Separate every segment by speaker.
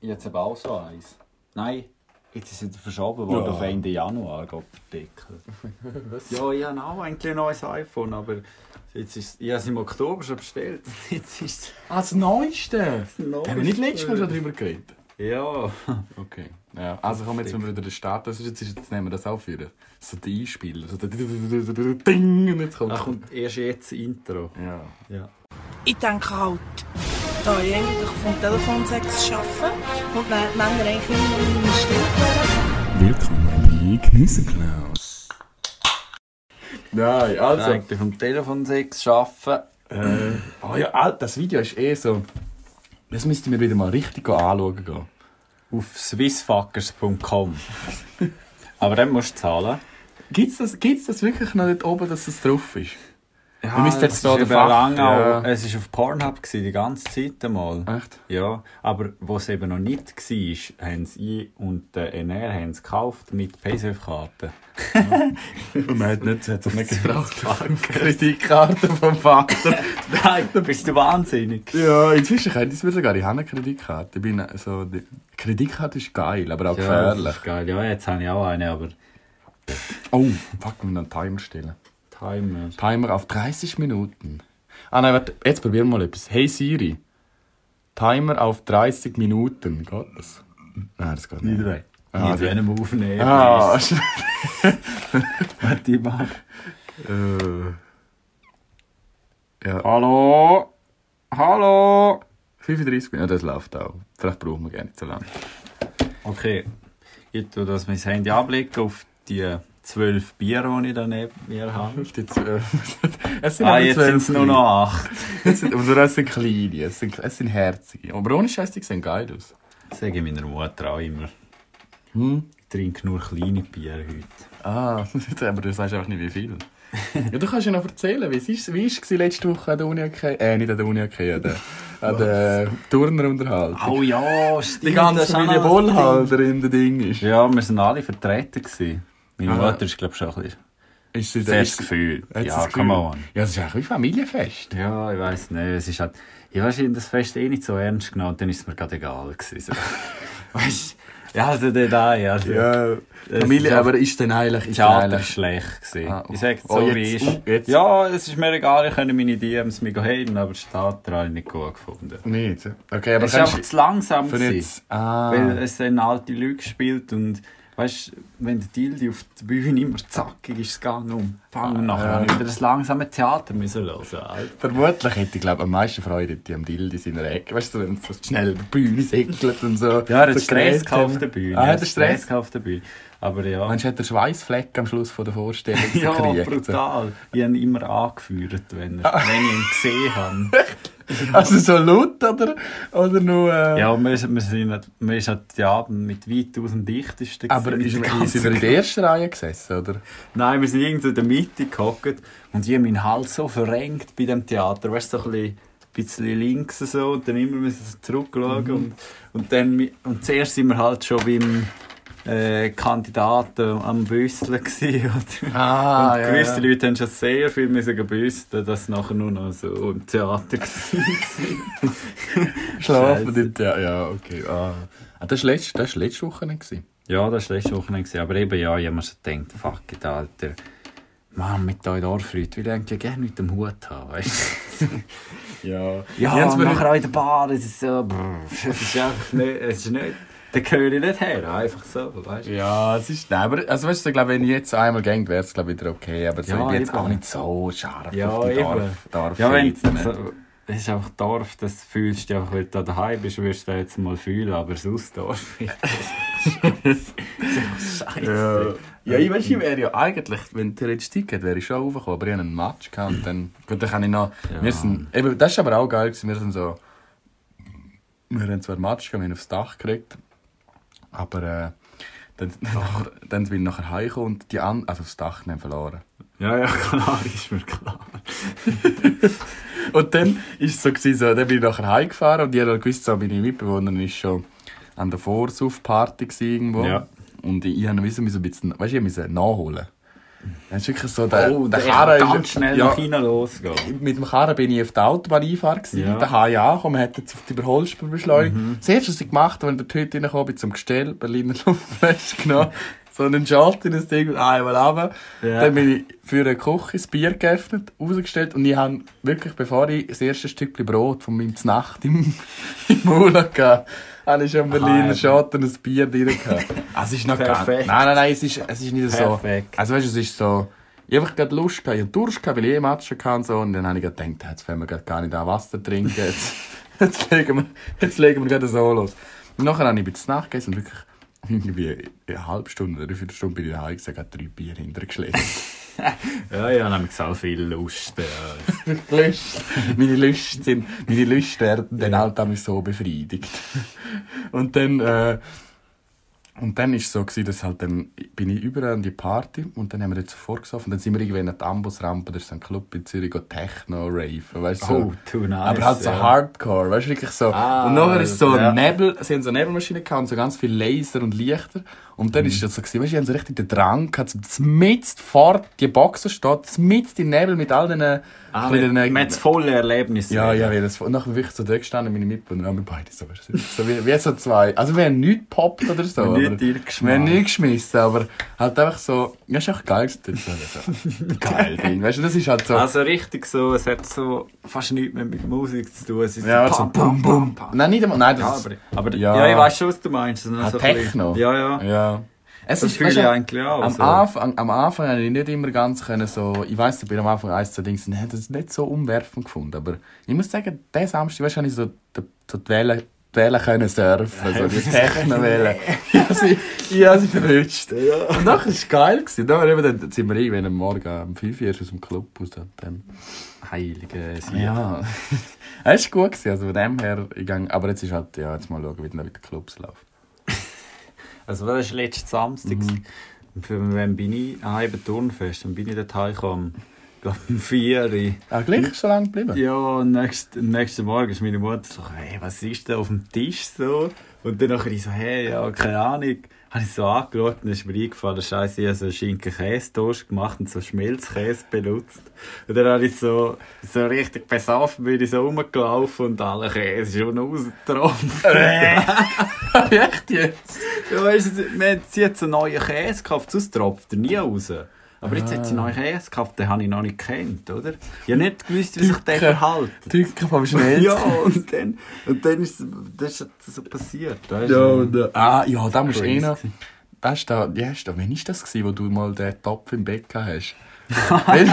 Speaker 1: Jetzt aber auch so eins. Nein, jetzt ist es verschoben worden
Speaker 2: Ja.
Speaker 1: auf Ende Januar, Gott verdeckel.
Speaker 2: Was?
Speaker 1: Ja, ich habe auch eigentlich ein neues iPhone, aber jetzt ist, ich habe es im Oktober schon bestellt. Jetzt ist
Speaker 2: Als Neueste!
Speaker 1: es neu.
Speaker 2: Haben wir nicht letztes Mal schon drüber geredet?
Speaker 1: Ja.
Speaker 2: Okay. Ja, also komm, jetzt müssen wir wieder den Start. Das ist jetzt, jetzt nehmen wir das auch für. So die Einspieler. So Ding und jetzt kommt.
Speaker 1: Da kommt erst jetzt das Intro.
Speaker 2: Ja.
Speaker 1: Ja.
Speaker 3: Ich denke halt, da ich eigentlich vom Telefonsex arbeite und Mä- Männer eigentlich immer in meinem Still
Speaker 2: Willkommen bei Käseklaus. Nein, also.
Speaker 1: Eigentlich vom Telefon 6 arbeiten.
Speaker 2: Äh, oh ja, Alter, das Video ist eh so. Das müsste mir wieder mal richtig anschauen gehen.
Speaker 1: Auf swissfuckers.com. aber dann musst du zahlen.
Speaker 2: Gibt's das, gibt's das wirklich noch dort oben, dass das drauf ist?
Speaker 1: Ja,
Speaker 2: Wir müssen
Speaker 1: es
Speaker 2: jetzt
Speaker 1: Ah, ist
Speaker 2: hier den
Speaker 1: eben
Speaker 2: Fach-
Speaker 1: lange
Speaker 2: ja.
Speaker 1: auch- Es war auf Pornhub gewesen, die ganze Zeit einmal.
Speaker 2: Echt?
Speaker 1: Ja, aber wo es eben noch nicht war, haben sie ich und der Ener haben es gekauft mit PaySafe-Karten.
Speaker 2: Und man hat nicht, hat sich nicht gefragt. Kreditkarte vom Vater.
Speaker 1: Nein, du bist du wahnsinnig.
Speaker 2: ja, inzwischen könnte ich es mir sogar. Ich habe eine Kreditkarte. Ich bin so, die Kreditkarte ist geil, aber auch
Speaker 1: das
Speaker 2: gefährlich.
Speaker 1: ist geil. Ja, jetzt habe ich auch eine, aber
Speaker 2: Oh, fuck, wir müssen einen Timer stellen.
Speaker 1: Timer.
Speaker 2: Timer auf 30 Minuten. Ah nein, warte, jetzt probieren wir mal etwas. Hey Siri, Timer auf 30 Minuten. Geht das? Nein, das geht nicht.
Speaker 1: Niederwein.
Speaker 2: Ah,
Speaker 1: Nicht wenn wir aufnehmen.
Speaker 2: Ah, sch-
Speaker 1: was die machen.
Speaker 2: äh. ja. Hallo? Hallo? 35 Minuten, ja, das läuft auch. Vielleicht brauchen wir gar nicht so lange.
Speaker 1: Okay, ich tue das mein Handy ablegen auf die zwölf Bier, die ich da neben mir habe.
Speaker 2: Die zwölf- äh, es sind
Speaker 1: Ah,
Speaker 2: aber
Speaker 1: jetzt sind
Speaker 2: zwölf
Speaker 1: es nur noch acht.
Speaker 2: kleine. Es sind, oder es sind kleine, es sind, es sind herzige. Aber ohne Scheiß, die sehen geil aus.
Speaker 1: Das sage ich meiner Mutter auch immer.
Speaker 2: Hm?
Speaker 1: Ich trinke nur kleine Bier heute.
Speaker 2: Ah, aber du sagst einfach nicht, wie viel. ja, du kannst ja noch erzählen, wie es ist, wie ist es letzte Woche an der Uni Akademie, äh, nicht an der Uni Akademie, an der, an der Turnerunterhaltung.
Speaker 1: Oh ja, stimmt.
Speaker 2: Ah, die ganze
Speaker 1: das ist auch noch
Speaker 2: Familie
Speaker 1: ein
Speaker 2: Wohlhalter in der Ding ist.
Speaker 1: Ding. Ja, wir waren alle vertreten. Gewesen. Meine
Speaker 2: Aha.
Speaker 1: Mutter ist, glaube ich, schon ein bisschen...
Speaker 2: Ist sie
Speaker 1: Sehr Gefühl.
Speaker 2: Hat sie
Speaker 1: Ja,
Speaker 2: das Gefühl?
Speaker 1: come on.
Speaker 2: Ja, das ist eigentlich wie Familienfest.
Speaker 1: Ja, ich weiß nicht. Es ist halt, ich weiß, ich habe das Fest eh nicht so ernst genommen, dann ist es mir gerade egal gewesen. So. weißt du? Ja, also der da, ja. Also. Das ist
Speaker 2: Familie,
Speaker 1: auch-
Speaker 2: aber ist dann eigentlich... Ist dann
Speaker 1: Theater war
Speaker 2: eigentlich
Speaker 1: schlecht. Gewesen.
Speaker 2: Ah,
Speaker 1: ich sage es so,
Speaker 2: oh,
Speaker 1: wie
Speaker 2: jetzt,
Speaker 1: es ist.
Speaker 2: uh, jetzt.
Speaker 1: Ja, es ist mir egal, ich könnte meine DMs mega haten, aber das Theater habe ich nicht gut gefunden.
Speaker 2: nicht. Okay, aber
Speaker 1: es war einfach
Speaker 2: kannst
Speaker 1: zu langsam.
Speaker 2: du... Für
Speaker 1: gewesen.
Speaker 2: jetzt... Ah.
Speaker 1: Weil es haben alte Leute gespielt und weißt wenn der Dildi auf der Bühne immer zackig ist, es gegangen um. Fangen
Speaker 2: Ah,
Speaker 1: wir nachher an, wieder das langsame Theater müssen hören. Alter.
Speaker 2: Vermutlich hätte ich glaub, am meisten Freude die am Dildi seiner Ecke. Weißt du, wenn es so schnell über die Bühne segelt und so.
Speaker 1: Ja, er
Speaker 2: so
Speaker 1: hat Stress
Speaker 2: geredet
Speaker 1: gehabt auf
Speaker 2: haben.
Speaker 1: der Bühne.
Speaker 2: Ah,
Speaker 1: Er
Speaker 2: hat
Speaker 1: hat
Speaker 2: er Stress gehabt?
Speaker 1: gehabt auf der Bühne. Aber ja,
Speaker 2: Meinst du, hat er Schweißflecken am Schluss von der Vorstellung
Speaker 1: ja
Speaker 2: gekriegt?
Speaker 1: brutal. Ich habe ihn immer angeführt, wenn,
Speaker 2: Ah.
Speaker 1: er, wenn ich ihn gesehen habe.
Speaker 2: Also so laut, oder? Oder nur... Äh...
Speaker 1: Ja, wir, wir, sind, wir sind die Abend mit weitaus am dichtesten.
Speaker 2: aber
Speaker 1: gewesen, mit
Speaker 2: ist
Speaker 1: der
Speaker 2: er sind
Speaker 1: ganzen
Speaker 2: wir in der ersten Reihe gesessen, oder?
Speaker 1: Nein, wir sind irgendwo in der Mitte gehockt und ich habe meinen Hals so verrenkt bei dem Theater. Weißt du, so ein bisschen- bisschen links so und dann immer müssen so zurückschauen. Und, und, dann, mi- und zuerst sind wir halt schon beim äh, Kandidaten am Büsseln. gewesen, oder?
Speaker 2: Ah,
Speaker 1: und gewisse Leute haben schon sehr viel müssen gebüsseln, dass sie nachher nur noch so im Theater waren.
Speaker 2: Schlafen
Speaker 1: Scheisse.
Speaker 2: dort, ja, ja, okay. Ah. Ah, das war letzte, das war letzte Woche nicht. gewesen.
Speaker 1: ja, das war letzte Woche nicht. gewesen, Aber eben, ja, ich habe mir so gedacht, fuck it, Alter. Mann, mit euch Dorfleuten will ich eigentlich gerne mit dem Hut haben, weißt du?
Speaker 2: Ja,
Speaker 1: Ja,
Speaker 2: Jens,
Speaker 1: und
Speaker 2: wir-
Speaker 1: nachher auch in der Bar, es ist so... Es ist einfach nicht... Es ist nicht... Da gehöre ich nicht her, einfach so, weißt du?
Speaker 2: Ja, es ist. Nein, aber also, weißt du, ich glaube, wenn ich jetzt einmal gang wäre es glaube ich, wieder okay. Aber es
Speaker 1: Ja,
Speaker 2: wird jetzt
Speaker 1: eben.
Speaker 2: auch nicht so scharf
Speaker 1: Ja,
Speaker 2: auf die
Speaker 1: eben.
Speaker 2: Dorf, Dorf
Speaker 1: Ja, wenn
Speaker 2: Seiten.
Speaker 1: so, Es ist einfach Dorf, das fühlst du einfach, weil du da daheim bist, wirst du das jetzt mal fühlen, aber sonst Dorf...
Speaker 2: Ja,
Speaker 1: Scheiße.
Speaker 2: ja ich weiß, ich wäre ja eigentlich, wenn theoretisch Zeit hätte, wäre ich schon raufgekommen, aber ich hatte einen Match gehabt und dann, gut, dann kann ich noch,
Speaker 1: Ja.
Speaker 2: wir sind, eben, das ist aber auch geil gewesen, wir sind so, wir haben zwar einen Match gehabt, wir haben ihn aufs Dach gekriegt, aber äh, dann, dann bin ich nachher heimgekommen und die anderen, also aufs Dach nicht verloren.
Speaker 1: Ja, ja, klar, ist mir klar.
Speaker 2: Und dann ist es so, gewesen, so, dann bin ich nachher heimgefahren und ich habe gewusst, so, meine Mitbewohnerin ist schon an der Vorsaufparty gewesen irgendwo.
Speaker 1: Ja.
Speaker 2: Und ich, ich habe wissen, so ein bisschen, weißt du, ich musste nachholen. Dann ist wirklich so, der,
Speaker 1: oh,
Speaker 2: Äh, der
Speaker 1: der
Speaker 2: Karren
Speaker 1: kann ganz
Speaker 2: ist-
Speaker 1: schnell
Speaker 2: ja,
Speaker 1: nach hinten losgehen.
Speaker 2: mit dem Karren bin ich auf der Autobahneinfahrt gewesen.
Speaker 1: Ja.
Speaker 2: Da habe ich angekommen, hat jetzt auf die Überholspur beschleunigt. Das erste, was ich gemacht habe, wenn der Tüte reingekommen bin, zum Gestell, Berliner Luftflasche genommen, so einen Shot in das Ding, und einmal runter.
Speaker 1: Ja.
Speaker 2: Dann bin ich für eine Küche das Bier geöffnet, rausgestellt und ich habe wirklich, bevor ich das erste Stückchen Brot von meinem Znacht im, im Mund hatte, habe ich schon einen Berliner
Speaker 1: eben.
Speaker 2: Shot und ein Bier drin gehabt. Also es ist noch gar
Speaker 1: Perfekt.
Speaker 2: Nein, nein, nein, es ist, es ist nicht so.
Speaker 1: Perfekt.
Speaker 2: Also weißt du, es ist so... Ich habe einfach gerade Lust gehabt, ich habe Durst gehabt, weil ich eh Matschen kann und so. Und dann habe ich gerade gedacht, jetzt fangen wir gerade gar nicht an Wasser zu trinken. Jetzt, jetzt, legen wir, jetzt legen wir gerade so los. Und nachher habe ich ein bisschen nachgegessen und wirklich irgendwie eine halbe Stunde oder eine Stunde bin ich daheim gewesen, habe drei Bier hintergeschleppt.
Speaker 1: Ja, ja, nämlich so viel Lust. Ja.
Speaker 2: Lust. Meine Lüste sind, meine Lüste werden dann halt damit so befriedigt. Und dann, äh, und dann ist so gewesen, dass halt dann bin ich überall an die Party und dann haben wir jetzt vorgesoffen. Dann sind wir irgendwie an der Ambusrampe, das ist so ein Club in Zürich, go Techno rave, weißt du? so.
Speaker 1: Oh, too nice,
Speaker 2: Aber halt so
Speaker 1: ja.
Speaker 2: Hardcore, weißt du wirklich so.
Speaker 1: Ah,
Speaker 2: und nachher ist so
Speaker 1: ja.
Speaker 2: Nebel, sie haben so eine Nebelmaschine gehabt und so ganz viel Laser und Lichter. Und
Speaker 1: Mhm.
Speaker 2: dann ist das so gewesen, weißt du, die haben so richtig den Drang gehabt, mitst vor die Boxen steht, mitst im Nebel mit all den
Speaker 1: Ah,
Speaker 2: mit den-
Speaker 1: man hat das volle Erlebnis.
Speaker 2: ja, ja, wir haben das, und nachher wirklich so dort gestanden, meine Mitbewohner, haben wir beide so, weißt du, so wie, wie so zwei, also wir haben nichts gepoppt oder so.
Speaker 1: Wir haben
Speaker 2: aber-
Speaker 1: nicht eingeschmissen.
Speaker 2: Wir haben nichts geschmissen, aber halt einfach so, ja, ist auch geil, gewesen, so, so. geil Ding, weißt du, das ist halt so,
Speaker 1: Also richtig so, es hat so fast nichts mehr mit Musik zu tun. Es ist
Speaker 2: ja, also
Speaker 1: so
Speaker 2: so, bum, bum, nein, nicht einmal, nein,
Speaker 1: Ja,
Speaker 2: das
Speaker 1: aber, aber
Speaker 2: Ja.
Speaker 1: ja. ich weiß schon, was du meinst. sondern
Speaker 2: Ah,
Speaker 1: so ein
Speaker 2: Techno?
Speaker 1: bisschen- Ja, ja.
Speaker 2: ist, ja. Es
Speaker 1: Das
Speaker 2: ist, also
Speaker 1: fühle
Speaker 2: weißt
Speaker 1: ich
Speaker 2: du,
Speaker 1: eigentlich auch.
Speaker 2: Am
Speaker 1: so.
Speaker 2: Anfang, am Anfang habe ich nicht immer ganz können so, ich weiss, ich bin am Anfang eins zu Dings, nein, das ist nicht so umwerfend gefunden, aber ich muss sagen, diesen Samstag, weißt du, habe ich so, die- so die Wellen, die Wellen können surfen, so die Techno-Wellen. ich habe sie, ich habe sie verwünscht. Und nachher war es geil. Gewesen. Nachher eben, dann sind wir irgendwann am Morgen um 5 Uhr aus dem Club raus und dann...
Speaker 1: Heilige Sie.
Speaker 2: Ja. Es war gut, gewesen, also von dem her, ich gang, aber jetzt ist halt, ja, jetzt mal schauen, wie dann wieder die Clubs laufen.
Speaker 1: Also das war letzten Samstag.
Speaker 2: Mhm.
Speaker 1: Und für wenn bin ich an einem Turnfest, dann bin ich dort heimgekommen. Ich glaube, um 4 Uhr.
Speaker 2: Ah, gleich so lange geblieben?
Speaker 1: Ja, und nächst, am nächsten Morgen ist meine Mutter so, hey, was ist da auf dem Tisch so? Und dann nachher ich so, hey, ja, keine Ahnung. Habe ich so angeschaut und dann ist mir eingefallen, scheiße, ich habe so einen Schinken-Käse-Toast gemacht und so Schmelzkäse benutzt. Und dann habe ich so, so richtig besoffen, bin ich so rumgelaufen und alle Käse schon rausgetroffen.
Speaker 2: Echt jetzt?
Speaker 1: Ja, weißt du, wir haben- sie hat so einen neuen Käse gekauft, sonst tropft er nie raus. Aber jetzt hat sie einen neuen Käse gekauft, den habe ich noch nicht gekannt, oder? Ich habe nicht gewusst, wie sich der
Speaker 2: Tücke.
Speaker 1: verhält.
Speaker 2: Tücken vom Schnee.
Speaker 1: Ja, und dann, und dann ist das ist so passiert. Weißt
Speaker 2: Ja,
Speaker 1: du?
Speaker 2: und, äh, ah, ja, da musst du eh
Speaker 1: Crazy.
Speaker 2: noch. Das ist da, ja, ist da, wann ist das gewesen, wo du mal den Topf im Bett gehabt hast? Wenn-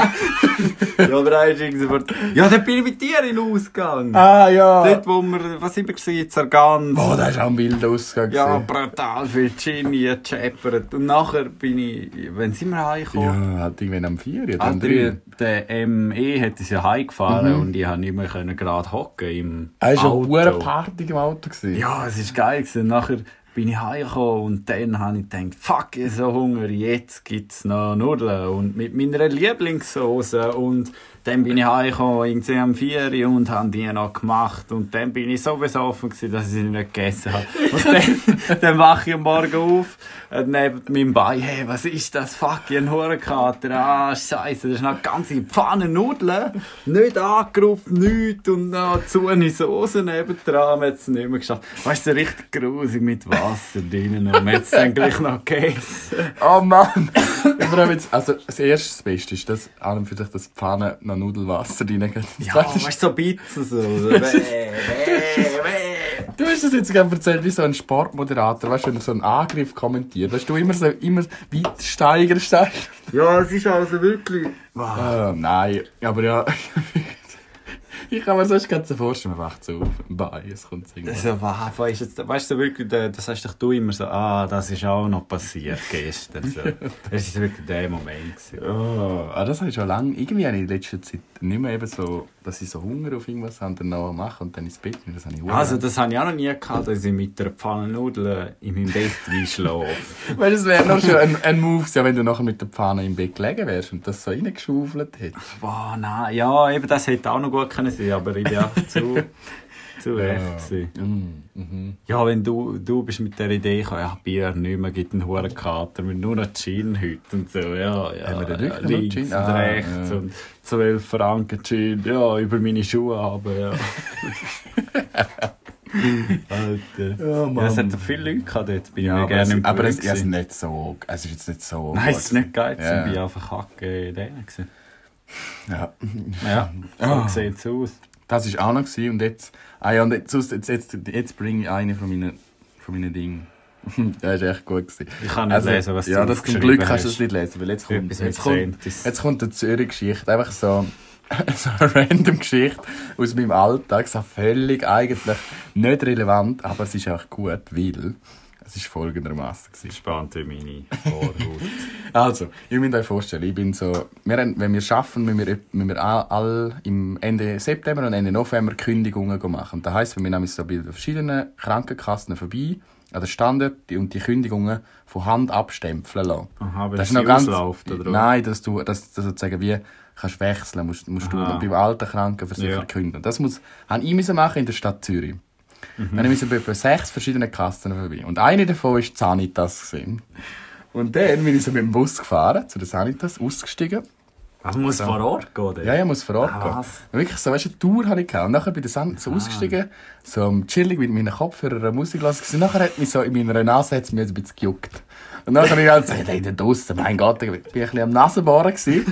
Speaker 1: ja, aber er ist irgendwie vor- Ja, dann bin ich mit dir in den Ausgang.
Speaker 2: ah, ja.
Speaker 1: Dort, wo wir, was immer gesehen, Zargans.
Speaker 2: Boah, das ist auch ein wilder Ausgang.
Speaker 1: Ja,
Speaker 2: gewesen.
Speaker 1: brutal viel Genie gescheppert. Und nachher bin ich, wenn sind wir heimgekommen?
Speaker 2: ja halt irgendwann am 4, ja, dann
Speaker 1: Alter,
Speaker 2: 3.
Speaker 1: der ME hat uns ja heimgefahren
Speaker 2: Mhm.
Speaker 1: und ich konnte nicht mehr können gerade hocken im
Speaker 2: Es war Ah, eine
Speaker 1: Auto.
Speaker 2: hohe Party im Auto. Gewesen.
Speaker 1: Ja, es war geil. Gewesen. Nachher bin ich heimgekommen und dann habe ich gedacht, fuck, ich habe so Hunger, jetzt gibt es noch Nudeln und mit meiner Lieblingssoße. Und dann bin ich heimgekommen, irgendwie am 4 Uhr und habe die noch gemacht. Und dann bin ich so besoffen, gewesen, dass ich sie nicht gegessen habe. Und dann, dann wache ich am Morgen auf und neben meinem Bein, hey, was ist das, fuck, ich habe einen Hurenkater, ah, scheiße, das ist noch ganze Pfanne Nudeln, nicht angerufen, nichts und noch zu eine Soße nebendran, man hat es nicht mehr geschafft. Weißt du, so richtig grusig mit Wasser drinnen und man hat es dann gleich noch gegessen.
Speaker 2: Oh Mann! Ja, Vor allem jetzt, also, das erste das Beste ist, dass an und für sich das Pfanne noch Nudelwasser reingehen. Das
Speaker 1: Ja,
Speaker 2: Zweite ist-
Speaker 1: weißt du, so ein bisschen so. so weh, weh, weh.
Speaker 2: Du hast das jetzt gerade erzählt, wie so ein Sportmoderator, weißt du, wenn er so einen Angriff kommentiert, weißt du, immer so, immer weiter steigern, steigern.
Speaker 1: Ja, es ist also wirklich... Wow.
Speaker 2: Ah, nein, aber ja. ich kann mir sonst ganz vorstellen, man wacht so auf. Bye, es kommt irgendwas.
Speaker 1: Also, wow, ist jetzt, weißt du wirklich, der- das hast doch du immer so, ah, das ist auch noch passiert gestern. So. Das ist wirklich der Moment. Gewesen.
Speaker 2: Oh, ah, das habe ich schon lange. Irgendwie habe ich in letzter Zeit nicht mehr eben so, dass ich so Hunger auf irgendwas habe und dann noch mache und dann ins Bett gehe. Das habe ich auch.
Speaker 1: Also, das habe ich auch noch nie gehabt, dass ich mit einer Pfanne Nudeln in meinem Bett einschlafe.
Speaker 2: Weil es wäre noch schon ein, ein Move, gewesen, wenn du nachher mit der Pfanne im Bett gelegen wärst und das so reingeschaufelt hättest.
Speaker 1: Boah, nein, ja, eben, das hätte auch noch gut können sein aber ich bin auch zu, zu
Speaker 2: Ja.
Speaker 1: echt. Ja.
Speaker 2: Mm, mhm.
Speaker 1: ja, wenn du, du bist mit der Idee gekommen, ja, Bier nicht mehr, gibt einen hohen Kater, wir nur noch Gin heute und so. Ja, ja,
Speaker 2: Haben wir denn
Speaker 1: ja,
Speaker 2: wirklich noch
Speaker 1: links
Speaker 2: Gin?
Speaker 1: und
Speaker 2: Ah,
Speaker 1: rechts
Speaker 2: ja.
Speaker 1: und 12 Franken Gin, ja, über meine Schuhe haben, ja. Alter.
Speaker 2: Ja,
Speaker 1: Ja, es hat viele Leute gehabt dort, bin
Speaker 2: Ja,
Speaker 1: ich mir
Speaker 2: aber,
Speaker 1: gerne
Speaker 2: es,
Speaker 1: im
Speaker 2: aber
Speaker 1: Büro
Speaker 2: es, es ist
Speaker 1: gewesen.
Speaker 2: nicht so. Es ist jetzt nicht so.
Speaker 1: Nein, es ist nicht geil,
Speaker 2: Ja.
Speaker 1: yeah. ich war einfach kacke in denen. gewesen.
Speaker 2: Ja.
Speaker 1: Ja, so
Speaker 2: Ah.
Speaker 1: sieht es aus.
Speaker 2: Das war auch noch. Gewesen. Und jetzt, ah ja, und jetzt, sonst- jetzt, jetzt, jetzt bringe ich einen von meinen, von meinen Dingen. das war echt gut. Gewesen.
Speaker 1: Ich kann nicht lesen, was du
Speaker 2: Also, Ja, das, zum
Speaker 1: aufgeschrieben
Speaker 2: Glück kannst du
Speaker 1: hast.
Speaker 2: es nicht lesen, weil jetzt kommt,
Speaker 1: Etwas mit
Speaker 2: jetzt kommt,
Speaker 1: Zehntes.
Speaker 2: jetzt kommt eine Zürich-Geschichte. Einfach so, so eine random Geschichte aus meinem Alltag. So völlig eigentlich nicht relevant, aber es ist auch gut, weil es ist folgendermaßen gewesen.
Speaker 1: Spannend in meine Vorhaut.
Speaker 2: Also, ihr müsst euch vorstellen, ich bin so, wir haben, wenn wir arbeiten, müssen wir, müssen wir all, all im Ende September und Ende November Kündigungen machen. Das heisst, wir müssen nämlich so bei den verschiedenen Krankenkassen vorbei an den Standort die- und die Kündigungen von Hand abstempeln lassen.
Speaker 1: Aha, wenn
Speaker 2: Das ist
Speaker 1: sie
Speaker 2: noch ganz,
Speaker 1: ausläuft, oder was?
Speaker 2: Nein, dass du dass, dass sozusagen wie kannst wechseln musst, musst du
Speaker 1: Aha.
Speaker 2: beim alten Krankenversicherer
Speaker 1: Ja.
Speaker 2: kündigen. Das muss, habe ich müssen machen in der Stadt Zürich. Dann müssen wir bei etwa sechs verschiedenen Kassen vorbei. Und eine davon war Sanitas. Gewesen. Und dann bin ich so mit dem Bus gefahren, zu der Sanitas, ausgestiegen.
Speaker 1: Also muss vor Ort gehen, oder?
Speaker 2: Ja, ja, muss vor Ort
Speaker 1: Ah,
Speaker 2: gehen.
Speaker 1: was?
Speaker 2: Wirklich so, weißt du, eine Tour hatte ich gehabt. Und nachher bin ich dann so ausgestiegen, so am chillig mit meinen Kopfhörern eine Musik lassen. Und nachher hat mich so in meiner Nase hat's mich ein bisschen gejuckt. Und nachher habe ich halt gesagt, hey, da draussen, mein Gott, ich bin ein bisschen am Nasenbohren gewesen.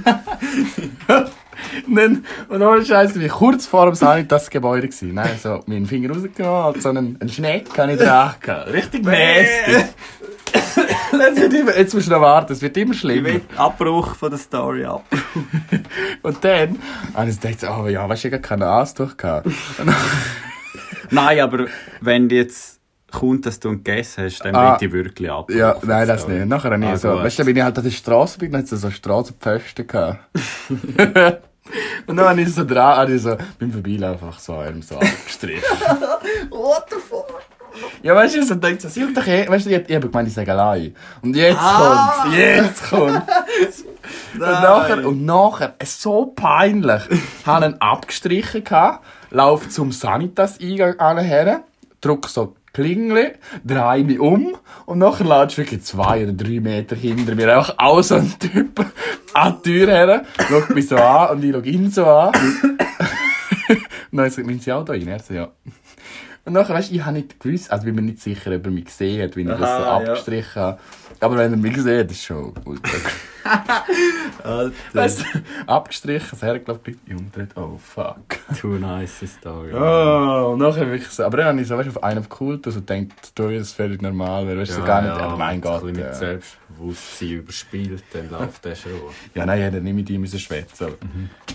Speaker 2: und dann, und ohne Scheiße, bin ich kurz vor dem Sanitas-Gebäude gewesen. Nein, so, meinen Finger rausgenommen, halt so einen, einen Schneck habe ich dran gehabt. Richtig nasty. Das wird immer, jetzt musst du noch warten, es wird immer
Speaker 1: Ich
Speaker 2: schlimmer.
Speaker 1: will Abbruch von der Story ab.
Speaker 2: Und dann, und ich dachte, oh ja, weißt du, ich habe kein Nasentuch gehabt.
Speaker 1: Nein, aber wenn jetzt kommt, dass du ihn gegessen hast, dann
Speaker 2: Ah.
Speaker 1: will ich wirklich ab.
Speaker 2: Ja, nein, das nicht. Nachher habe ich
Speaker 1: Ah,
Speaker 2: so,
Speaker 1: gut.
Speaker 2: weißt du, bin ich halt an der Straße bin, dann hatte so Straßenpfosten gehabt. Und dann habe ich so dran, habe ich so, beim Vorbeilaufen einfach so einem so abgestrichen.
Speaker 3: What the fuck?
Speaker 2: ja, weißt du, so denkt so, sie doch eh, weißt du, ich, ich habe gemeint, ich sage allein. Und jetzt kommt's, jetzt kommt's. und nachher, und nachher, es ist so peinlich, habe ihn abgestrichen gehabt, laufe zum Sanitas-Eingang her, drücke so die Klingel, drehe mich um und nachher latscht wirklich zwei oder drei Meter hinter mir einfach aus so ein Typ an die Tür her, schaut mich so an und ich schaue ihn so an. und dann sagt, meinen Sie auch da rein? Er so, ja. Und nachher, weißt du, ich habe nicht gewusst, also bin mir nicht sicher, ob er mich gesehen hat, wenn ich das so
Speaker 1: Aha, ja.
Speaker 2: abgestrichen habe. Aber wenn er mich gesehen hat, ist schon ultra
Speaker 1: Alter,
Speaker 2: Weißt du, abgestrichen, das Herz glaubt, bleibt umdreht. Oh fuck.
Speaker 1: too nice Story.
Speaker 2: Oh, und nachher wirklich so. Aber dann habe ich so, weißt du, auf einen auf also cool, dass du denkst, du, das ist völlig normal, weil weißt du so gar nicht, aber
Speaker 1: wenn's
Speaker 2: mein Gott. äh,
Speaker 1: Ein bisschen mit
Speaker 2: Ja.
Speaker 1: Selbstbewusstsein überspielt, dann läuft der schon.
Speaker 2: ja, nein, ich hätte nicht mit ihm müssen schwätzen. aber-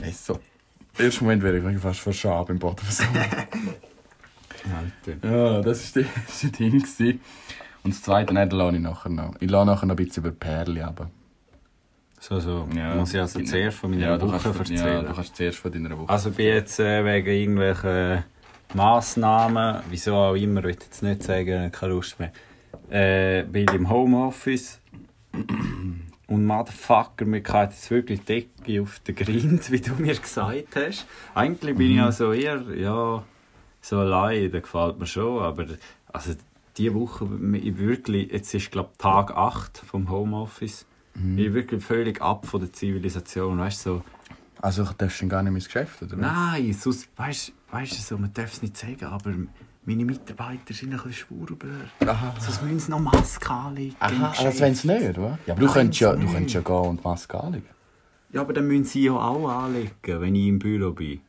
Speaker 2: Ey, so. Im ersten Moment wäre ich wirklich fast vor Scham im Boden versunken.
Speaker 1: Alter.
Speaker 2: Ja, das war das war das Ding. gewesen. Und das zweite, nein, das lasse ich nachher noch. Ich lasse nachher noch ein bisschen über Perli aber
Speaker 1: So, so.
Speaker 2: Ja.
Speaker 1: Muss ich also zuerst von meiner Woche
Speaker 2: Ja,
Speaker 1: erzählen?
Speaker 2: du kannst zuerst von deiner Woche.
Speaker 1: Also ich bin jetzt äh, wegen irgendwelchen Massnahmen, wieso auch immer, will jetzt nicht sagen, keine Lust mehr, äh, bin ich im Homeoffice und Motherfucker, mir geht jetzt wirklich die Decke auf den Grind, wie du mir gesagt hast. Eigentlich bin ich also eher, ja, so allein, das gefällt mir schon, aber also diese Woche, ich wirklich, jetzt ist glaube Tag 8 vom Homeoffice, ich bin wirklich völlig ab von der Zivilisation, weißt du, so,
Speaker 2: Also, ich darfst du gar nicht mehr ins Geschäft, oder?
Speaker 1: Nein, sonst, weißt weißt du, so, man darf es nicht sagen, aber meine Mitarbeiter sind ein bisschen Schwurbler.
Speaker 2: Aha.
Speaker 1: Sonst müssen sie noch Maske anlegen. im
Speaker 2: Aha,
Speaker 1: Geschäft.
Speaker 2: also wenn es nicht, oder? Ja, aber du könntest ja,
Speaker 1: wenn's
Speaker 2: du
Speaker 1: nicht.
Speaker 2: könntest ja gehen und die Maske anlegen.
Speaker 1: Ja, aber dann müssen sie ja auch anlegen, wenn ich im Büro bin.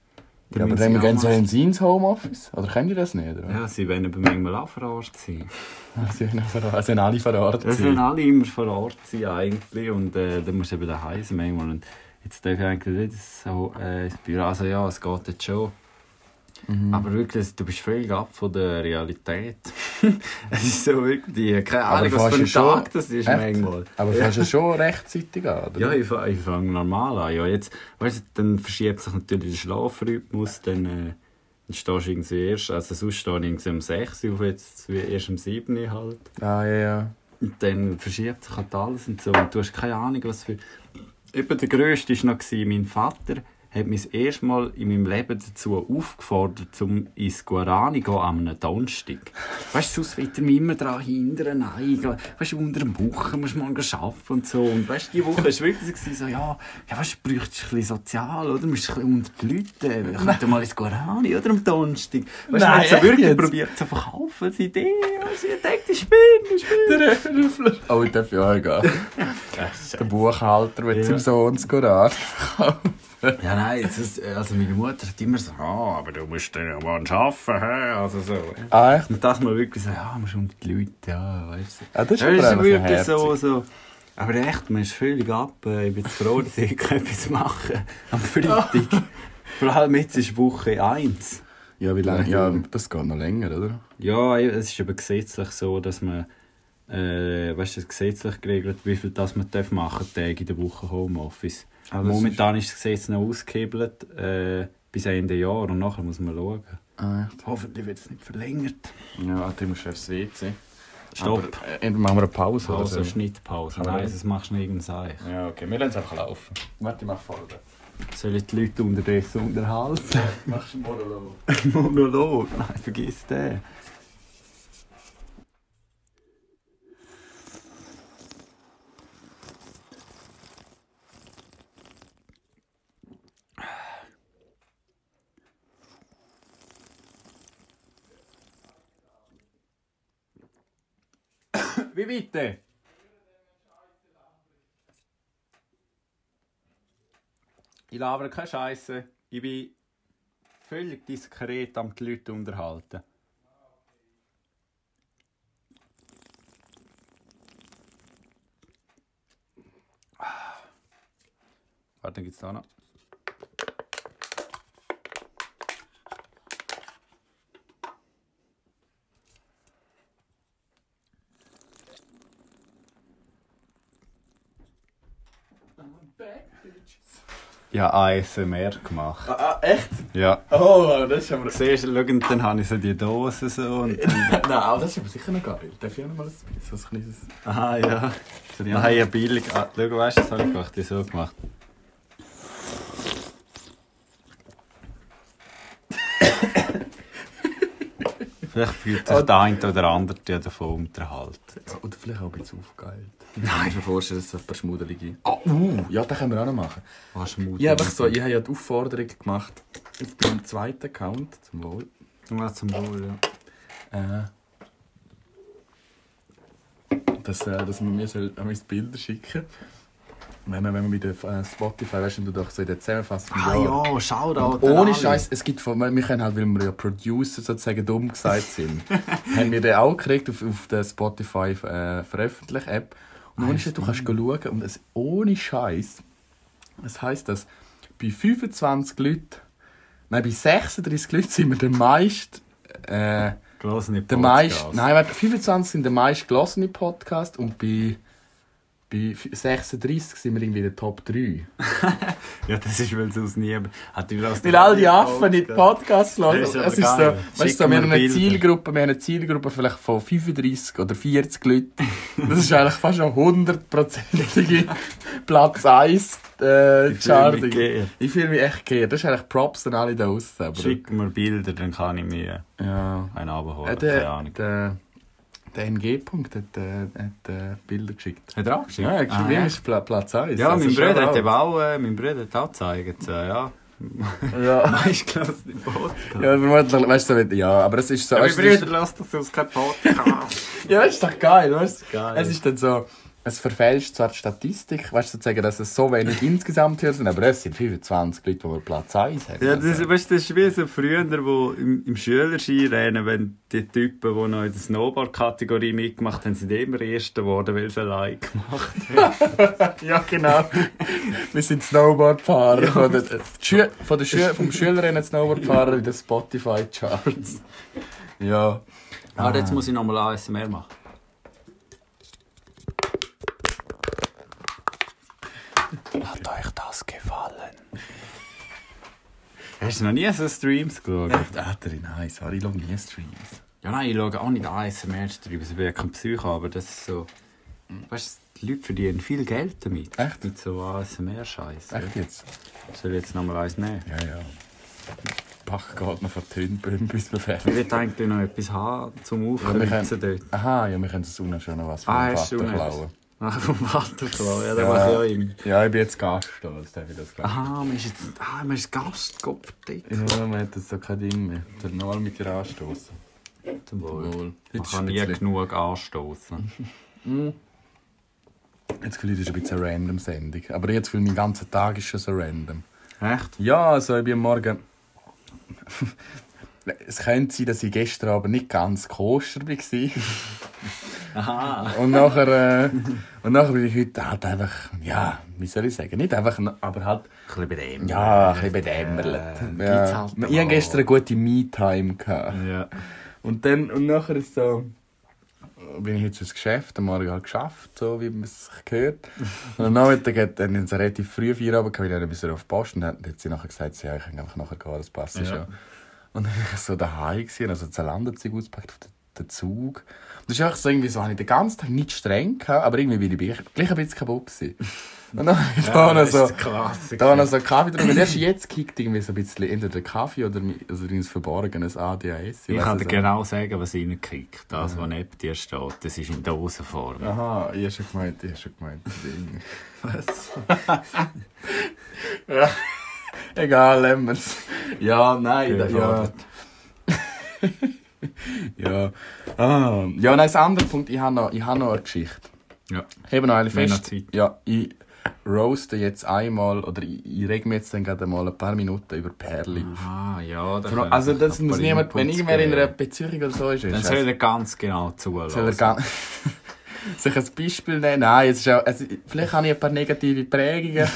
Speaker 2: Ja, aber
Speaker 1: müssen
Speaker 2: dann
Speaker 1: auch
Speaker 2: gehen sie
Speaker 1: Maske-
Speaker 2: in ins Homeoffice. Oder können die das nicht, oder?
Speaker 1: Ja, sie werden aber manchmal auch vor Ort sein.
Speaker 2: Sie sind auch verra- sie sind alle verraten.
Speaker 1: Das werden alle immer vor Ort sein eigentlich und äh, dann musst du eben daheim sein manchmal. Und jetzt darf ich eigentlich nicht so äh, ins Büro. Also ja, es geht jetzt schon.
Speaker 2: Mhm.
Speaker 1: Aber wirklich, du bist völlig ab von der Realität. es ist so wirklich, äh, keine Ahnung, was für ein Tag das ist manchmal.
Speaker 2: Aber fährst du schon rechtzeitig an, oder?
Speaker 1: Ja, ich, fa- ich fange normal an. Ja, jetzt, weißt, du, dann verschiebt sich natürlich der Schlafrhythmus, dann, äh, dann stehst du irgendwie erst, also sonst stehe ich irgendwie um 6 Uhr auf, jetzt erst um 7 Uhr halt.
Speaker 2: Ah, ja, ja.
Speaker 1: Und dann verschiebt sich halt alles und so. Und du hast keine Ahnung, was für. Eben der grösste war noch mein Vater. hat mich erst mal in meinem Leben dazu aufgefordert, zum ins Guarani zu gehen an einem Donnerstag. Weißt du, sonst wird er mich immer daran hindern, nein, weißt du, unter der Woche musst du mal arbeiten und so. Und weißt du, die Woche war wirklich so, ja, ja weißt du, bräuchtest ein bisschen sozial, oder? Du musst ein bisschen unter die Leute, wir könnten mal ins Guarani, oder? Am Donnerstag. Weißt du,
Speaker 2: Nein,
Speaker 1: man hat so
Speaker 2: echt
Speaker 1: wirklich
Speaker 2: jetzt?
Speaker 1: probiert zu verkaufen, als Idee, weißt du, ich dachte, ich bin, ich bin.
Speaker 2: Der Röffler. Oh, ich darf ja auch gehen. Der Buchhalter will
Speaker 1: Ja.
Speaker 2: seinem Sohn das Koran.
Speaker 1: Ja, nein, jetzt ist, also meine Mutter hat immer so, ah, aber du musst dann ja mal arbeiten, hä? also so.
Speaker 2: Ah, echt?
Speaker 1: Und dass man wirklich so, ja, man ist unter die Leute, ja, weißt du.
Speaker 2: Ah, das ist
Speaker 1: Ja,
Speaker 2: aber
Speaker 1: das ist
Speaker 2: eigentlich
Speaker 1: wirklich
Speaker 2: herzig.
Speaker 1: so, so. Aber echt, man ist völlig ab, äh, ich bin jetzt froh, dass ich etwas machen kann am Freitag. Vor allem jetzt ist Woche 1.
Speaker 2: Ja, wie lange? Ja, das geht noch länger, oder?
Speaker 1: Ja, es ist aber gesetzlich so, dass man, äh, weißt du, es ist gesetzlich geregelt, wie viel das man darf machen Tage in der Woche Homeoffice.
Speaker 2: Ah, das
Speaker 1: Momentan ist das Gesetz noch ausgehebelt äh, bis Ende Jahr und nachher muss man schauen.
Speaker 2: Ah,
Speaker 1: Hoffentlich wird es nicht verlängert.
Speaker 2: ja, du musst aufs WC.
Speaker 1: Stopp.
Speaker 2: Aber, äh, machen wir eine Pause,
Speaker 1: Pause,
Speaker 2: oder so?
Speaker 1: Schnittpause.
Speaker 2: Aber-
Speaker 1: Nein, das machst du nicht im Seich.
Speaker 2: Ja, okay, wir lassen es einfach laufen. Warte, ich mache Folge.
Speaker 1: Sollen die Leute unterdessen unterhalten?
Speaker 2: Machst du einen Monolog?
Speaker 1: Monolog. Nein, vergiss den. Wie bitte? Ich labere keine Scheiße. Ich bin völlig diskret am die Leute unterhalten. Ah. Warte, gibt's da noch? Ja, ASMR gemacht.
Speaker 2: Ah, echt?
Speaker 1: Ja.
Speaker 2: Oh, das ist aber...
Speaker 1: Siehst du, schau, und dann habe ich so die Dose so und...
Speaker 2: Nein, aber das ist aber sicher noch geil. Darf ich auch noch mal ein- so ein kleines...
Speaker 1: Aha, ja. Nein, ja, billig. Ah, schau, weißt du, das habe ich gemacht, ich so gemacht. Vielleicht fühlt sich der eine oder andere ja davon unterhalten.
Speaker 2: Ja, Oder vielleicht auch ein bisschen aufgeilt.
Speaker 1: Nein.
Speaker 2: Ich mir vorstellen, dass es etwas schmuddelige... Ah, uh, ja, das können wir auch noch machen.
Speaker 1: Was mutig.
Speaker 2: Ich habe einfach so, ich habe ja die Aufforderung gemacht, auf meinem zweiten Account, zum Wohl,
Speaker 1: Ja, zum Wohl, ja.
Speaker 2: äh, dass, äh, dass man mir soll, an meine Bilder schicken wenn man, wenn man mit der äh, Spotify, weißt du, wenn du doch so in der Zusammenfassung
Speaker 1: Ah ja, schau da.
Speaker 2: Und Ohne Scheiß, es gibt von, wir können halt, weil wir ja Producer sozusagen dumm gesagt sind, haben wir den auch gekriegt auf, auf der Spotify äh, veröffentlicht App. Und ohne Scheiß, du kannst schauen und es ohne Scheiß, das heisst, dass bei 25 Leuten, nein, bei 36 Leuten sind wir der meist, äh,
Speaker 1: Gelassene
Speaker 2: der meist, nein, warte, 25 sind der meist gelassene Podcast und bei, bei 36 sind wir irgendwie in der Top 3.
Speaker 1: Ja, das ist, weil sonst niemand... Hat die
Speaker 2: Weil all die Affen nicht Podcasts hören.
Speaker 1: Das ist aber
Speaker 2: Es ist so,
Speaker 1: geil.
Speaker 2: weißt du,
Speaker 1: Schicken
Speaker 2: wir
Speaker 1: wir
Speaker 2: haben eine
Speaker 1: Bilder.
Speaker 2: Zielgruppe, wir haben eine Zielgruppe vielleicht von 35 oder 40 Leuten. Das ist eigentlich fast eine hundertprozentige Platz 1 äh,
Speaker 1: Ich fühle mich
Speaker 2: Charting.
Speaker 1: geehrt.
Speaker 2: Ich fühle mich echt geehrt. Das ist eigentlich Props an alle da draussen. aber-
Speaker 1: Schick mir Bilder, dann kann ich mir
Speaker 2: Ja.
Speaker 1: einen
Speaker 2: Äh,
Speaker 1: abholen. Keine
Speaker 2: der,
Speaker 1: Ahnung.
Speaker 2: der, der NG-Punkt hat, äh, hat äh, Bilder geschickt.
Speaker 1: Hat er abgeschickt?
Speaker 2: Ja, ich
Speaker 1: Ah,
Speaker 2: ah, ist Pla- Platz Also 1.
Speaker 1: Ja, mein Bruder hat
Speaker 2: der
Speaker 1: eben auch, äh, mein Bruder hat auch gezeigt, äh, ja.
Speaker 2: Ja.
Speaker 1: Meist gelassen im Podcast. Ja,
Speaker 2: Ja, vermutlich, weißt du, wenn- ja, aber es ist so.
Speaker 1: mein
Speaker 2: weißt du, es ist-
Speaker 1: Bruder lässt das aus keinem Podcast.
Speaker 2: Ja, ist doch geil, weißt du?
Speaker 1: Geil.
Speaker 2: Es ist dann so, es verfälscht zwar die Statistik, weißt du, sozusagen, dass es so wenig insgesamt hier sind, aber es sind 25 Leute, die wohl Platz 1 haben.
Speaker 1: ja, das,
Speaker 2: Also,
Speaker 1: ist- weißt, du, das ist wie so früher, wo im, im Schülerskirennen, wenn die Typen, die noch in der Snowboard-Kategorie mitgemacht haben, sind immer Erster geworden, weil sie allein gemacht
Speaker 2: ja genau. Wir sind Snowboardfahrer von der, die Schü von der Schü vom Schülerinnen Snowboardfahrer in den Spotify Charts. Ja.
Speaker 1: haben. Ah, jetzt muss ich nochmal ASMR machen.
Speaker 2: Hat euch das gefallen?
Speaker 1: Hast du noch nie so Streams geschaut?
Speaker 2: Ah, nein, sorry, ich schaue nie Streams.
Speaker 1: Ja, nein, ich schaue auch nicht ASMR-Streams, ich bin ja kein Psycho, aber das ist so... Weißt du, Die Leute verdienen viel Geld damit.
Speaker 2: Echt?
Speaker 1: Mit so ASMR-Scheiß.
Speaker 2: Echt jetzt?
Speaker 1: Soll ich jetzt nochmal eins nehmen?
Speaker 2: Ja, ja. Bach geht noch vertönt, bis wir
Speaker 1: Ich
Speaker 2: fertig
Speaker 1: will eigentlich noch etwas haben zum
Speaker 2: wir
Speaker 1: Aufkreuzen
Speaker 2: können-
Speaker 1: dort.
Speaker 2: Aha, ja, wir können das unten schon noch was vom
Speaker 1: Ah,
Speaker 2: Vater
Speaker 1: hast du noch etwas?
Speaker 2: klauen.
Speaker 1: Ah, vom Vater klar. Ja, das mache ich auch immer.
Speaker 2: Ja, ich bin jetzt Gast, da, jetzt darf ich das glauben.
Speaker 1: Aha, man ist jetzt ah, man ist Gastkopf dick.
Speaker 2: Ja, man hat jetzt so kein Ding mehr. Dann nochmal mit dir anstoßen. Wohl.
Speaker 1: Man
Speaker 2: Jetzt
Speaker 1: kann nie
Speaker 2: ist ein bisschen-
Speaker 1: genug anstoßen.
Speaker 2: Jetzt fühle ich, das ist ein bisschen eine random Sendung. Aber jetzt fühle ich, mein ganzer Tag ist schon so random.
Speaker 1: Echt?
Speaker 2: Ja, also ich bin am Morgen... es könnte sein, dass ich gestern aber nicht ganz koscher war.
Speaker 1: Aha.
Speaker 2: Und nachher, äh, und nachher bin ich heute halt einfach, ja, wie soll ich sagen, nicht einfach, aber halt,
Speaker 1: Ein bisschen benehmen.
Speaker 2: ja, ein bisschen bedämmerlet.
Speaker 1: Äh, gibt's
Speaker 2: ja.
Speaker 1: halt
Speaker 2: Ich
Speaker 1: mal.
Speaker 2: hatte gestern eine gute Me-Time. gehabt.
Speaker 1: Ja.
Speaker 2: Und dann, und nachher ist so, bin ich jetzt ins Geschäft, am Morgen halt geschafft, so wie man es sich gehört. Und am Nachmittag hat dann so relativ früh Feierabend gehabt, weil ich dann ein bisschen auf die Post und dann hat sie nachher gesagt, sie, ja, ich kann einfach nachher gehen, das passt
Speaker 1: Ja.
Speaker 2: schon. Und dann war ich so daheim, gewesen, also das Landezeug ausgepackt auf den, den Zug. Und das ist einfach so, irgendwie so, habe ich den ganzen Tag nicht streng gehabt, aber irgendwie bin ich gleich- gleich ein bisschen kaputt gewesen. Und dann habe ich da noch
Speaker 1: das
Speaker 2: so...
Speaker 1: ist krass.
Speaker 2: Also, Da noch so Kaffee drin. Und erst jetzt kickt irgendwie so ein bisschen entweder der Kaffee oder mein- also ein verborgenes ADHS.
Speaker 1: Ich
Speaker 2: weiss
Speaker 1: kann
Speaker 2: es
Speaker 1: dir
Speaker 2: auch
Speaker 1: genau sagen, was reinkriegt. Das, was neben dir steht, das ist in Dosenform.
Speaker 2: Aha, ich habe schon gemeint, ich habe schon gemeint. Ding.
Speaker 1: Was?
Speaker 2: Egal, Lemmers. Ja, nein, da, ja.
Speaker 1: Überfordert.
Speaker 2: ja. Ah. Ja, nein, das andere Punkt, ich habe noch, ich habe noch eine Geschichte.
Speaker 1: Ja.
Speaker 2: Ich habe noch eine
Speaker 1: Wir haben
Speaker 2: fest.
Speaker 1: noch Zeit.
Speaker 2: Ja, ich roaste jetzt einmal, oder ich, ich reg mich jetzt dann gerade mal ein paar Minuten über Perli. auf.
Speaker 1: Ah, ja. da können
Speaker 2: Also
Speaker 1: wir
Speaker 2: das
Speaker 1: noch
Speaker 2: muss
Speaker 1: ein paar
Speaker 2: niemand, wenn
Speaker 1: Inputs
Speaker 2: irgendwer in einer
Speaker 1: geben.
Speaker 2: Beziehung oder so ist,
Speaker 1: Dann
Speaker 2: ist
Speaker 1: soll er ganz genau zuhören.
Speaker 2: Soll er gar sich ein Beispiel nehmen? Nein, es ist auch, also, vielleicht habe ich ein paar negative Prägungen.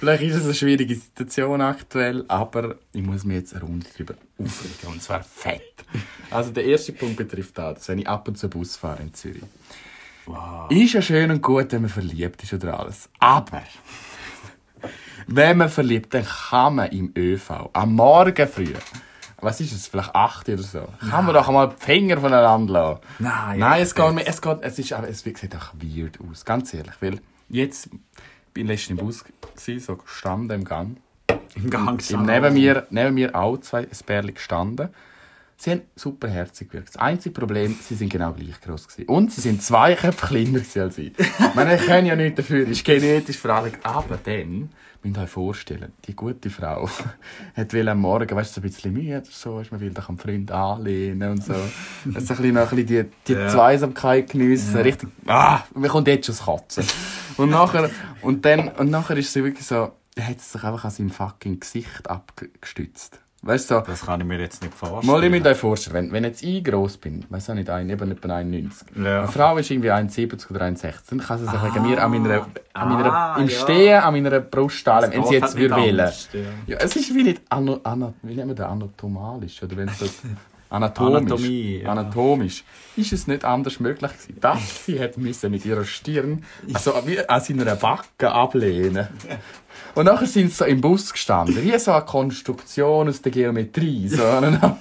Speaker 2: vielleicht ist es eine schwierige Situation aktuell, aber ich muss mich jetzt eine Runde darüber aufregen. Und zwar fett. Also der erste Punkt betrifft das, wenn ich ab und zu Bus fahre in Zürich. Ist ja schön und gut, wenn man verliebt ist oder alles. Aber wenn man verliebt, dann kann man im ÖV am Morgen früh, was ist es, vielleicht 8 oder so, kann man doch einmal die Finger voneinander lassen.
Speaker 1: Nein, ja,
Speaker 2: Nein, es geht, mir- es geht, es ist, aber es sieht auch weird aus, ganz ehrlich, weil jetzt bin ich letztens im Bus gewesen, so stand im Gang,
Speaker 1: Im Gang
Speaker 2: im, neben mir, neben mir auch zwei ein Pärchen gestanden. Sie haben super herzig gewirkt. Das einzige Problem, sie sind genau gleich groß gewesen. Und sie sind zwei Köpfe kleiner gewesen als ich. Ich meine, ich kann ja nichts dafür, ist genetisch veranlagt. Aber dann, müsst ihr euch vorstellen, die gute Frau hat will am Morgen, weißt du, so ein bisschen müde, oder so, weisst du, man will doch am Freund anlehnen und so. Also ein bisschen, noch ein bisschen die, die
Speaker 1: Ja.
Speaker 2: Zweisamkeit geniessen, richtig, ah, mir kommt jetzt schon das Kotzen. Und nachher, und dann, und nachher ist sie wirklich so, dann hat sie sich einfach an seinem fucking Gesicht abgestützt. Weißt du, so,
Speaker 1: Das kann ich mir jetzt nicht vorstellen.
Speaker 2: Mal, ich müsst euch vorstellen, wenn, wenn jetzt ich gross bin, weiß auch nicht, ein, eben etwa 1,90.
Speaker 1: Ja.
Speaker 2: Eine Frau ist irgendwie 1,70 oder 1,60, dann kann sie sich wegen mir an meiner, an meiner,
Speaker 1: Ah,
Speaker 2: im
Speaker 1: ja.
Speaker 2: Stehen an meiner Brust anlehnen, wenn sie
Speaker 1: geht
Speaker 2: jetzt
Speaker 1: halt nicht
Speaker 2: würde wählen.
Speaker 1: anders, ja.
Speaker 2: Ja, es ist wie nicht ano, ano, wie nennt man das? anatomalisch, oder wenn es das... Anatomisch.
Speaker 1: Anatomie, ja.
Speaker 2: Anatomisch. Ist es nicht anders möglich gewesen, dass sie hätte müssen mit ihrer Stirn, also wie an seiner Backe ablehnen und nachher sind sie so im Bus gestanden, wie so eine Konstruktion aus der Geometrie, so aneinander,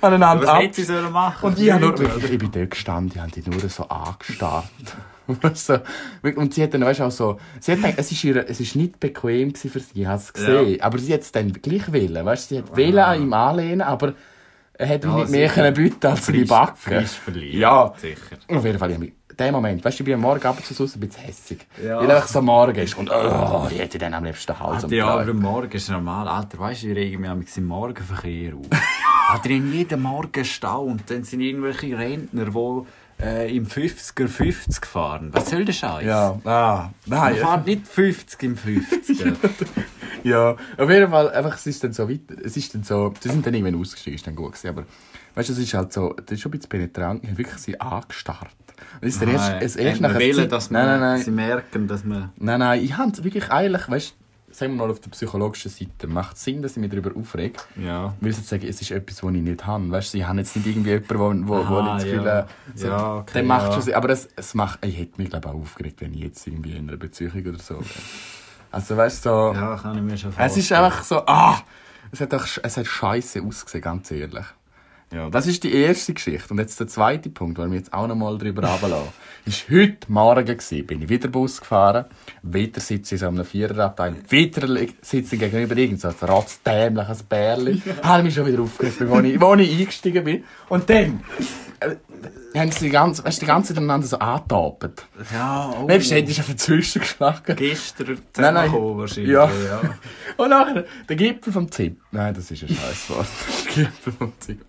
Speaker 2: aneinander
Speaker 1: Was
Speaker 2: ab.
Speaker 1: hätte sie sollen machen?
Speaker 2: Und ich, hab nur, ich bin dort gestanden, die haben die nur so angestarrt. so, und sie hat dann, weißt du, auch so, sie hat gedacht, es ist, ihre, es ist nicht bequem gewesen für sie, ich habe es gesehen. Aber sie hat es dann gleich wählen, weißt du, sie hat wählen an ihm anlehnen, aber er hätte
Speaker 1: Ah. Ja,
Speaker 2: nicht
Speaker 1: sie-
Speaker 2: mehr können bieten als die
Speaker 1: Frisch-
Speaker 2: Backe.
Speaker 1: frisch verliebt.
Speaker 2: Ja.
Speaker 1: Sicher.
Speaker 2: Auf jeden Fall, ich hab mich- in dem Moment, weißt du, ich bin am Morgen ab und zu raus ein bisschen hässig.
Speaker 1: Ja. Ah,
Speaker 2: Weil einfach so am Morgen ist und, oh, ich hätte dann am liebsten den Hals
Speaker 1: ja, aber
Speaker 2: umgedreht.
Speaker 1: am Morgen ist normal. Alter, weißt du, ich rege mich am im Morgenverkehr auf. Alter, in jedem Morgen Stau und dann sind irgendwelche Rentner, die äh, im 50er 50 fahren. Was soll der Scheiß?
Speaker 2: Ja, ah,
Speaker 1: Man
Speaker 2: nein.
Speaker 1: fährt nicht 50 im 50er.
Speaker 2: Ja, auf jeden Fall, einfach, es ist dann so weit, es ist dann so, sie sind dann irgendwann ausgestiegen, ist dann gut gewesen, aber, weißt du, es ist halt so, das ist schon ein bisschen penetrant, ich habe wirklich sie angestarrt. Und es ist dann erst, es erst
Speaker 1: Nein,
Speaker 2: nach einer
Speaker 1: wir wollen,
Speaker 2: Zeit-
Speaker 1: dass
Speaker 2: nein,
Speaker 1: wir-
Speaker 2: nein, nein,
Speaker 1: sie merken, dass man...
Speaker 2: nein, nein, ich habe wirklich eigentlich, weißt du, sagen wir mal auf der psychologischen Seite, macht es Sinn, dass ich mich darüber aufrege,
Speaker 1: Ja.
Speaker 2: weil ich jetzt sage, es ist etwas, was ich nicht habe, weißt du, ich habe jetzt nicht irgendwie jemanden, wo, wo, wo
Speaker 1: Aha,
Speaker 2: ich
Speaker 1: ja.
Speaker 2: das Gefühl, äh, so,
Speaker 1: Ja, okay,
Speaker 2: der macht
Speaker 1: ja.
Speaker 2: schon Sinn, aber es, es macht, ich hätte mich, glaube ich, auch aufgeregt, wenn ich jetzt irgendwie in einer Beziehung oder so wäre. Also, weißt du, so,
Speaker 1: Ja, kann ich mir schon vorstellen.
Speaker 2: es ist einfach so, ah! Es hat, doch, sch- es hat scheiße ausgesehen, ganz ehrlich. Ja, das ist die erste Geschichte. Und jetzt der zweite Punkt, weil wir jetzt auch nochmal drüber runterlassen. ist heute Morgen gewesen, bin ich wieder Bus gefahren, wieder sitze ich so einem Viererabteil, wieder li- sitze ich gegenüber irgend so ein rotzdämliches Bärli. Habe mich schon wieder aufgeregt, wo ich, wo ich eingestiegen bin. Und dann äh, haben sie die ganze, weißt, du, die ganze Zeit miteinander so angetapet.
Speaker 1: Ja, oh.
Speaker 2: Weißt du, hättest du auf den Zwischengeschlag.
Speaker 1: Gestern
Speaker 2: Nein, nein.
Speaker 1: zusammengekommen wahrscheinlich.
Speaker 2: Ja.
Speaker 1: ja.
Speaker 2: Und nachher, Oh der Gipfel vom Zip. Nein, das ist ein scheiß Wort. Gipfel vom Zip.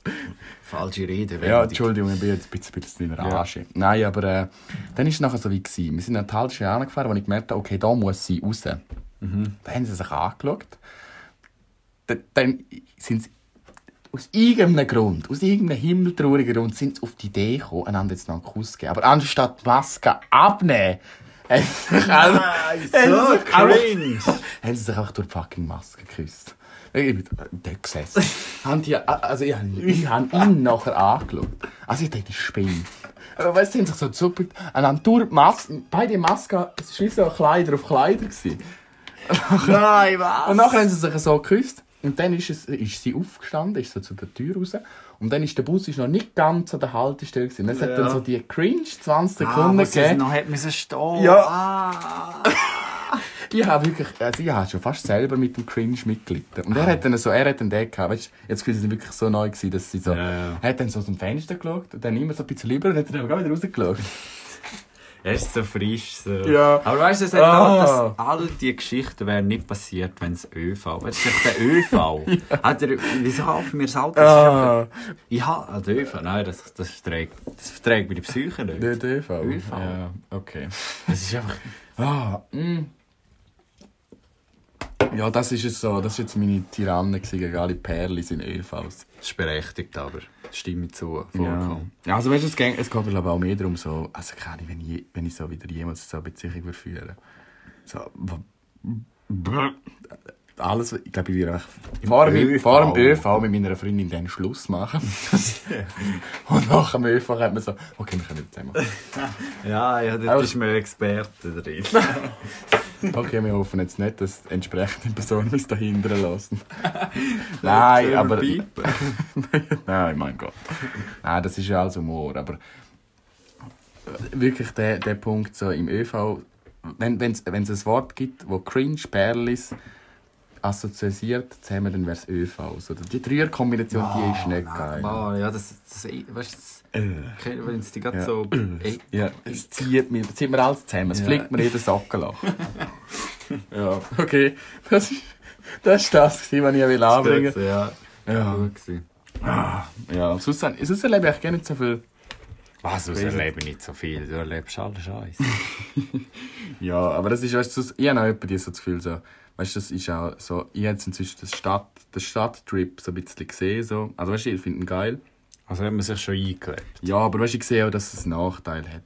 Speaker 1: Falsche Rede.
Speaker 2: Ja,
Speaker 1: Benedikt.
Speaker 2: Entschuldigung, ich bin jetzt ein bisschen, bisschen in Rage. Nein, aber äh, dann ist es nachher so wie gewesen. Wir sind an die Haltestelle angefahren, wo ich gemerkt habe, okay, da muss sie raus. Da haben sie sich angeschaut. Da, dann sind sie aus irgendeinem Grund, aus irgendeinem himmeltraurigen Grund, sind sie auf die Idee gekommen, einander jetzt noch einen Kuss zu geben. Aber anstatt die Maske abnehmen, haben sie sich alle-
Speaker 1: Nein,
Speaker 2: haben
Speaker 1: so
Speaker 2: sie sich alle-
Speaker 1: cringe.
Speaker 2: haben sie sich einfach durch die fucking Maske geküsst. Ich bin dort gesessen. haben die, also ich, hab- ich habe ihn nachher angeschaut. Also ich dachte, ich spinne. Aber weißt du, sie haben sich so zugepickt. Und dann durch die Maske, beide Masken, es war wie so Kleider auf Kleider. Gewesen.
Speaker 1: Nein, was?
Speaker 2: Und nachher haben sie sich so geküsst. Und dann ist, es, ist sie aufgestanden, ist so zu der Tür raus. Und dann ist der Bus ist noch nicht ganz an der Haltestelle. Gewesen. Es hat dann
Speaker 1: Ja.
Speaker 2: so die cringe 20
Speaker 1: Ah,
Speaker 2: Sekunden
Speaker 1: wo sie es
Speaker 2: gegeben.
Speaker 1: noch hat müssen stehen.
Speaker 2: Ja.
Speaker 1: Ah.
Speaker 2: Ich habe wirklich, also ich habe schon fast selber mit dem Cringe mitgelitten. Und er hat dann so, er hat dann den gehabt, weißt, du, jetzt waren sie wirklich so neu gewesen, dass sie so,
Speaker 1: Ja, ja.
Speaker 2: er hat dann so aus dem Fenster geschaut und dann immer so ein bisschen lieber und hat dann aber auch wieder rausgeschaut.
Speaker 1: Er ist so frisch. So.
Speaker 2: Ja.
Speaker 1: Aber weißt du, es hat
Speaker 2: Ah.
Speaker 1: auch, dass all diese Geschichten wären nicht passiert, wenn es ÖV wäre. Das ist doch der ÖV. Alter, wieso kaufen wir das Auto? Das ist einfach-
Speaker 2: Ah,
Speaker 1: Ich habe also ÖV. Nein, das, das verträgt das verträgt bei den Psyche nicht.
Speaker 2: der ÖV.
Speaker 1: ÖV.
Speaker 2: Ja, okay.
Speaker 1: Das ist einfach...
Speaker 2: Ah, mm. Ja, das ist es so, das war jetzt meine Tyrannen gewesen, gegen alle Perlis in ÖVs.
Speaker 1: Das ist berechtigt, aber stimme zu.
Speaker 2: Ja.
Speaker 1: Vorkommen.
Speaker 2: Ja, also weißt du, es ging- es geht mir glaube ich, auch mehr darum, so, also keine Ahnung, wenn ich, wenn ich so wieder jemals so eine Beziehung würde führen so, w- b- alles, ich glaube, ich würde einfach vor, dem-
Speaker 1: ÖV.
Speaker 2: vor dem ÖV mit meiner Freundin dann Schluss machen. Und nach dem ÖV hat man so, okay, wir können nicht zusammen.
Speaker 1: Ja, ja, dort
Speaker 2: Aber-
Speaker 1: ist man Experte drin.
Speaker 2: Okay, wir hoffen jetzt nicht, dass entsprechende Personen uns da hindern lassen. Nein, aber... Nein, mein Gott. Nein, das ist ja alles Humor, aber wirklich der, der Punkt so im ÖV, wenn es ein Wort gibt, wo cringe, Perlis assoziiert zusammen, dann wäre es ÖV. So, die Dreierkombination, die ist nicht geil.
Speaker 1: Ah, ja, das, das, weißt du, das- wenn es die gerade
Speaker 2: Ja.
Speaker 1: so. Ey,
Speaker 2: Ja, es zieht mir, zieht mir alles zusammen, es
Speaker 1: Ja.
Speaker 2: fliegt mir jeden Sockenloch. ja, okay, das ist das, ist das gewesen, was ich will anbringen
Speaker 1: das- Ja,
Speaker 2: Ja.
Speaker 1: gut gewesen.
Speaker 2: Ja, sonst, sonst erlebe ich gerne nicht so viel.
Speaker 1: Was, ich
Speaker 2: Weiss
Speaker 1: erlebe nicht so viel. Du erlebst alle Scheiß.
Speaker 2: Ja, aber das ist, weißt du, das- ich habe auch etwa so das Gefühl, so, weißt du, das ist auch so, ich habe jetzt inzwischen das Stadt, den Stadttrip so ein bisschen gesehen, so. Also, weißt du, ich finde ihn geil.
Speaker 1: Also hat man sich schon eingelebt.
Speaker 2: Ja, aber weißt du, ich sehe auch, dass es einen Nachteil hat.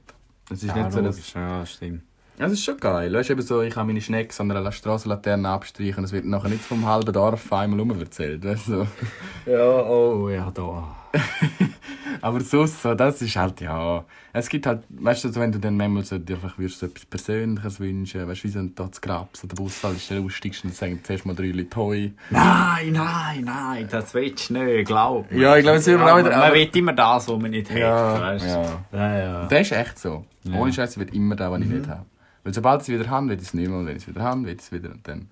Speaker 2: Es ist nicht so, dass,
Speaker 1: ja, stimmt.
Speaker 2: es ist schon geil. Weißt du, eben so, ich kann meine Schnecks an einer Strassenlaterne abstreichen und es wird nachher nicht vom halben Dorf einmal umverzählt, weißt du. so.
Speaker 1: Ja, oh, ja, da.
Speaker 2: Aber sonst, so, das ist halt, ja. Es gibt halt, weißt du, so, wenn du dann manchmal so, dir vielleicht würdest so etwas Persönliches wünschen, weißt du, wie so ein Tag Grabs oder Bushaltestelle aussteigst und sagen zuerst mal drei Leute «Hoi».
Speaker 1: Nein, nein, nein, das willst du nicht, glaub mir.
Speaker 2: Ja, ich glaub, es wird mir auch
Speaker 1: man-
Speaker 2: wieder-
Speaker 1: Man
Speaker 2: aber-
Speaker 1: will immer das, was man nicht hat,
Speaker 2: Ja,
Speaker 1: weißt du?
Speaker 2: ja.
Speaker 1: ja. ja.
Speaker 2: Das ist echt so. Ohne Scheiß, ich will immer das, was ich nicht habe. Weil sobald ich es wieder habe, will ich es nicht mehr. Und wenn ich es wieder habe, will ich es wieder. Und dann...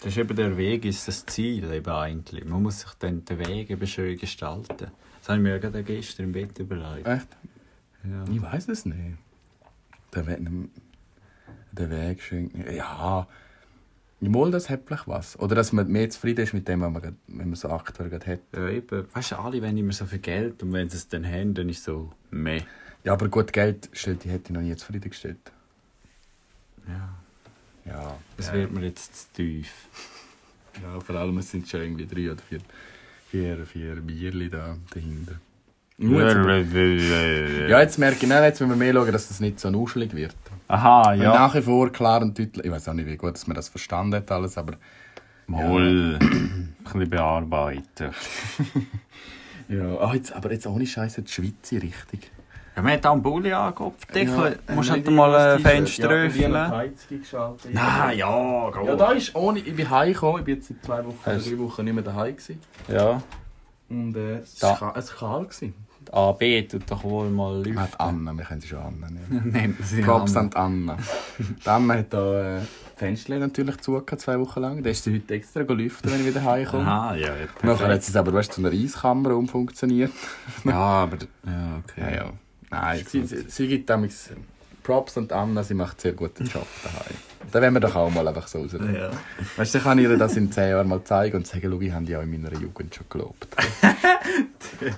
Speaker 1: Das ist eben der Weg, ist das Ziel eben eigentlich. Man muss sich dann den Weg eben schön gestalten. Das habe ich mir ja gerade gestern im Bett überlegt.
Speaker 2: Echt?
Speaker 1: Ja.
Speaker 2: Ich weiß es nicht. Der Weg... Der Weg schenkt... Ja... Mal, das hat vielleicht was. Oder dass man mehr zufrieden ist mit dem, was man, grad- wenn man so aktuell gerade hat.
Speaker 1: Ja, eben. Weißt du, alle wollen immer so viel Geld und wenn sie es dann haben, dann ist so, meh.
Speaker 2: Ja, aber gut, Geld stellt, die hätte ich noch nie zufriedengestellt.
Speaker 1: Ja.
Speaker 2: Ja.
Speaker 1: Das
Speaker 2: ja.
Speaker 1: wird mir jetzt zu tief.
Speaker 2: Ja, vor allem, es sind schon irgendwie drei oder vier, vier, vier Bierli da dahinter. Ja, jetzt merke ich, nein, jetzt müssen wir mehr schauen, dass das nicht so ein Ausschlag wird.
Speaker 1: Aha,
Speaker 2: Ja.
Speaker 1: ja.
Speaker 2: Nach wie vor klar und deutlich. Ich weiß auch nicht, wie gut dass man das verstanden hat, alles, aber.
Speaker 1: Moll. Ein bisschen bearbeiten.
Speaker 2: Ja, ah, jetzt, aber jetzt ohne Scheiße die Schweiz in richtig.
Speaker 1: Ja, man hat auch einen Bulli angekopft. Ja,
Speaker 2: äh,
Speaker 1: musst
Speaker 2: nein,
Speaker 1: halt mal ein
Speaker 2: ich muss
Speaker 1: Fenster
Speaker 2: T-Shirt.
Speaker 1: öffnen.
Speaker 2: Ja, ich habe die Heizung geschaltet.
Speaker 1: Nein, ja, go.
Speaker 2: Ja, da ist ohne. Ich bin heimgekommen, ich bin jetzt seit zwei Wochen oder
Speaker 1: Hast-
Speaker 2: drei Wochen nicht mehr daheim gewesen.
Speaker 1: ja.
Speaker 2: Und äh, es
Speaker 1: Da.
Speaker 2: war ka- es war kalt. gewesen.
Speaker 1: Die AB tut doch wohl mal
Speaker 2: Ah, die
Speaker 1: lüften.
Speaker 2: Anna, wir können sie schon Anna nehmen.
Speaker 1: Nennt man sie
Speaker 2: Props
Speaker 1: Anna.
Speaker 2: an die Anna. Die Anna hat da äh, die Fenster natürlich zugehört, zwei Wochen lang. Da ist sie heute extra gelüftet, wenn ich wieder heimkomme.
Speaker 1: Aha, ja. ja,
Speaker 2: Nachher hat
Speaker 1: perfekt.
Speaker 2: sie es aber weißt, zu einer Eiskammer umfunktioniert.
Speaker 1: Ja, aber... Ja, okay.
Speaker 2: Ja, ja. Nein,
Speaker 1: Ist
Speaker 2: sie,
Speaker 1: gut.
Speaker 2: sie, sie gibt damals Props an die Anna, sie macht sehr guten Job daheim. Da werden wir doch auch mal einfach so raus.
Speaker 1: Ja.
Speaker 2: Weißt du, dann kann ich ihr das in 10 Jahren mal zeigen und sagen, schau, ich habe die auch in meiner Jugend schon gelobt. Nein.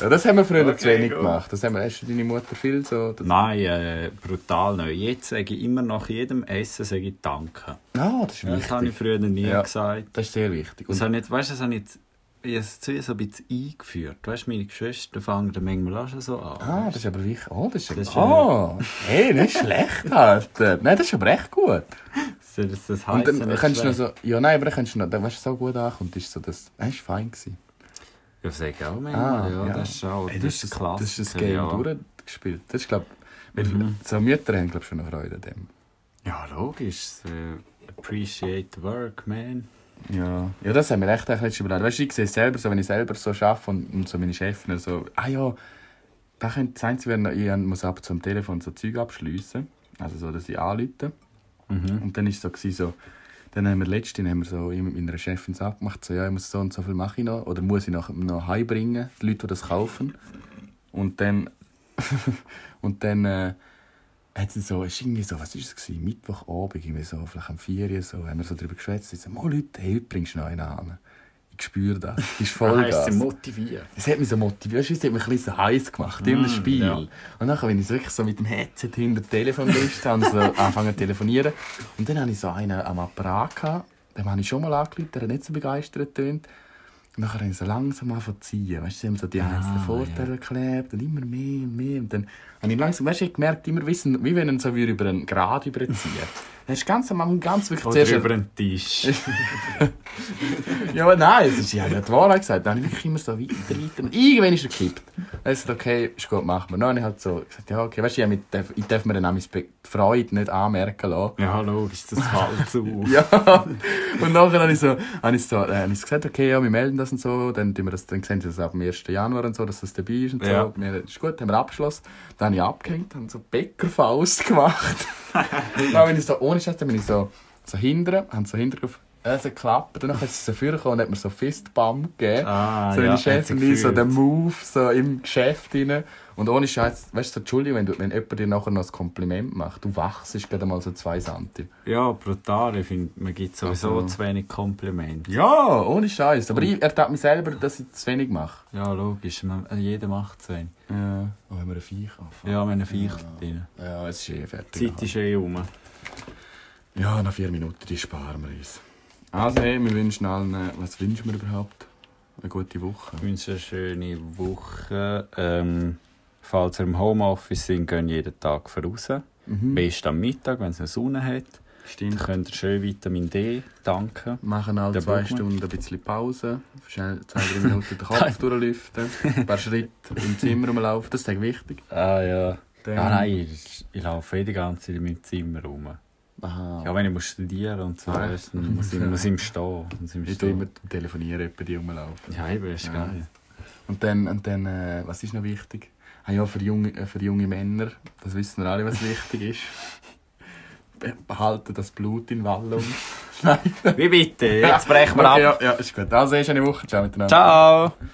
Speaker 2: ja, das haben wir früher
Speaker 1: Okay,
Speaker 2: zu wenig
Speaker 1: gut.
Speaker 2: gemacht. Das haben wir, hast du deine Mutter viel so... Das,
Speaker 1: Nein, äh, brutal nicht. Jetzt sage ich immer nach jedem Essen sage ich Danke.
Speaker 2: Ah, das ist
Speaker 1: Das habe ich
Speaker 2: wichtig.
Speaker 1: früher nie
Speaker 2: Ja.
Speaker 1: gesagt.
Speaker 2: Das ist sehr wichtig.
Speaker 1: Das
Speaker 2: Und
Speaker 1: habe ich, jetzt- weißt du, das habe ich jetzt, ich habe es zu ihr so ein bisschen eingeführt. Weißt du, meine Geschwister fangen dann manchmal auch schon so an.
Speaker 2: Ah, das ist aber wichtig. Oh, das ist,
Speaker 1: Das ist
Speaker 2: oh, hey, nicht schlecht, Alter. Nein, das ist aber echt gut.
Speaker 1: Ah, Soll das das
Speaker 2: Und
Speaker 1: heissen?
Speaker 2: dann
Speaker 1: nicht
Speaker 2: kannst du noch
Speaker 1: schlecht?
Speaker 2: so, ja, nein, aber dann kannst du noch, dann weißt du so gut ankommt, ist so das, das ist fein gewesen.
Speaker 1: Ja, das sage ich auch manchmal.
Speaker 2: Ah,
Speaker 1: ja,
Speaker 2: ja.
Speaker 1: Das ist auch
Speaker 2: Ey,
Speaker 1: das ist ein Klassiker.
Speaker 2: Das ist das Game
Speaker 1: ja. Mhm.
Speaker 2: durchgespielt. Das ist, glaub, weil so Mütter haben, glaube ich, schon eine Freude an dem.
Speaker 1: Ja, logisch. Äh, appreciate work, man.
Speaker 2: Ja. ja, das haben wir echt, echt nicht überlegt. Weißt du, ich sehe es selber so, wenn ich selber so arbeite und, und so meine Chefin so, ah ja, da könnte sein, sie werden, ich muss ab zum Telefon so Zeug abschliessen, also so, dass ich anrufe. Und dann war es so, gewesen, so, dann haben wir letztens haben wir so ich mit meiner Chefin so abgemacht, so, ja, ich muss so und so viel mache ich noch, oder muss ich noch, noch heimbringen, die Leute, die das kaufen. Und dann, und dann, äh, hat sie so, es ist irgendwie so, was war es? Gewesen? Mittwochabend, irgendwie so, vielleicht am 4 Uhr, so, haben wir so darüber geschwätzt. Sie so, «Mo, Leute, hey, heute bringst du noch einen an. Ich spüre das. Das ist Vollgas.
Speaker 1: motiviert.
Speaker 2: Es hat mich so motiviert, es hat mich ein bisschen so heiß gemacht in einem Spiel.
Speaker 1: Mm, ja.
Speaker 2: Und dann, wenn ich so wirklich so mit dem Headset hinter der Telefonliste habe und so anfangen zu telefonieren. Und dann hatte ich so einen am Apparat, gehabt, den habe ich schon mal angerufen, der hat nicht so begeistert tönt. Und dann habe ich so langsam angefangen zu ziehen. Weißt du, sie haben so
Speaker 1: Ah,
Speaker 2: die einzelnen Vorteile erklärt und immer mehr und mehr. Und dann habe ich langsam, weißt du, ich gemerkt, immer wissen, wie wenn ich so über einen Grad überziehen. Dann hast du ganz am Anfang ganz wirklich
Speaker 1: Oder
Speaker 2: zuerst-
Speaker 1: über den Tisch.
Speaker 2: ja, aber nein, es ist ja nicht die Wahrheit gesagt. Dann habe ich wirklich immer so weiter, weiter. Und irgendwann ist er gekippt. Dann habe ich gesagt, okay, ist gut, machen wir. Dann habe ich halt so gesagt, ja, okay, weißt du, ich, habe mit- darf- ich darf mir dann auch meine Spe- die Freude nicht anmerken lassen.
Speaker 1: ja, logisch. Das fällt so auf.
Speaker 2: Ja, und nachher habe ich so, habe ich so, äh, habe ich gesagt, okay, ja, wir melden das und so, dann, tun wir das, dann sehen sie das ab dem 1. Januar und so, dass das dabei ist und so.
Speaker 1: Ja.
Speaker 2: Wir, ist gut, haben wir abgeschlossen. Dann habe ich abgehängt, habe so Bäckerfaust gemacht. dann bin ich so, ohne Scheiß, dann bin ich so, so hinten, haben so hinten auf, äh, so geklappt, dann ist sie so vorgekommen und hat mir so Fistbump gegeben.
Speaker 1: Ah,
Speaker 2: so
Speaker 1: ja,
Speaker 2: meine
Speaker 1: hat sie
Speaker 2: Chefin wie so
Speaker 1: gefühlt.
Speaker 2: den Move so im Geschäft rein. Und ohne Scheiß, weißt du, so, Entschuldigung, wenn, du, wenn jemand dir nachher noch ein Kompliment macht, du wachst gerade mal so zwei Santi.
Speaker 1: Ja, brutal. Ich finde, man gibt sowieso
Speaker 2: Also-
Speaker 1: zu wenig Komplimente.
Speaker 2: Ja, ohne Scheiß. Aber ich ertappe mich selber, dass ich zu wenig mache.
Speaker 1: Ja, logisch. Man, jeder macht zu wenig.
Speaker 2: Ja. Oh, haben wir einen Viech anfangen?
Speaker 1: Ja, meine Feicht drin.
Speaker 2: Ja. es ist eh fertig.
Speaker 1: Die Zeit ist eh um.
Speaker 2: Ja, nach vier Minuten, die sparen wir uns. Also, hey, wir wünschen allen, äh, was wünschen wir überhaupt? Eine gute Woche.
Speaker 1: Ich wünsche eine schöne Woche. Ähm, falls ihr im Homeoffice seid, geht jeden Tag voraus. Mhm. Best am Mittag, wenn es eine Sonne hat.
Speaker 2: Mhm.
Speaker 1: Dann
Speaker 2: Stimmt.
Speaker 1: könnt ihr schön Vitamin D tanken.
Speaker 2: Machen alle
Speaker 1: Der
Speaker 2: zwei
Speaker 1: braucht man.
Speaker 2: Stunden ein bisschen Pause. Schnell zwei, drei Minuten den Kopf durchlüften. Ein paar Schritte im Zimmer rumlaufen. Das ist echt wichtig.
Speaker 1: Ah ja.
Speaker 2: Dann-
Speaker 1: Ah nein, ich, ich laufe eh die ganze Zeit in meinem Zimmer rum.
Speaker 2: Aha.
Speaker 1: Ja, wenn ich muss studieren und so,
Speaker 2: Ah.
Speaker 1: weißt, dann muss ich, muss ich im Stehen. Muss ich im
Speaker 2: ich tue
Speaker 1: Stehen.
Speaker 2: immer beim Telefonieren etwa die rumlaufen.
Speaker 1: Ja, eben, ist
Speaker 2: Ja.
Speaker 1: geil.
Speaker 2: Und dann, und dann äh, was ist noch wichtig? Ah ja, für junge, äh, für junge Männer, das wissen wir alle, was wichtig ist. Be- Behalten das Blut in Wallung. Nein.
Speaker 1: Wie bitte? Jetzt brechen wir
Speaker 2: Okay,
Speaker 1: ab.
Speaker 2: Ja, ja, ist gut. Also, ist eine Woche. eh, Ciao miteinander.
Speaker 1: Ciao!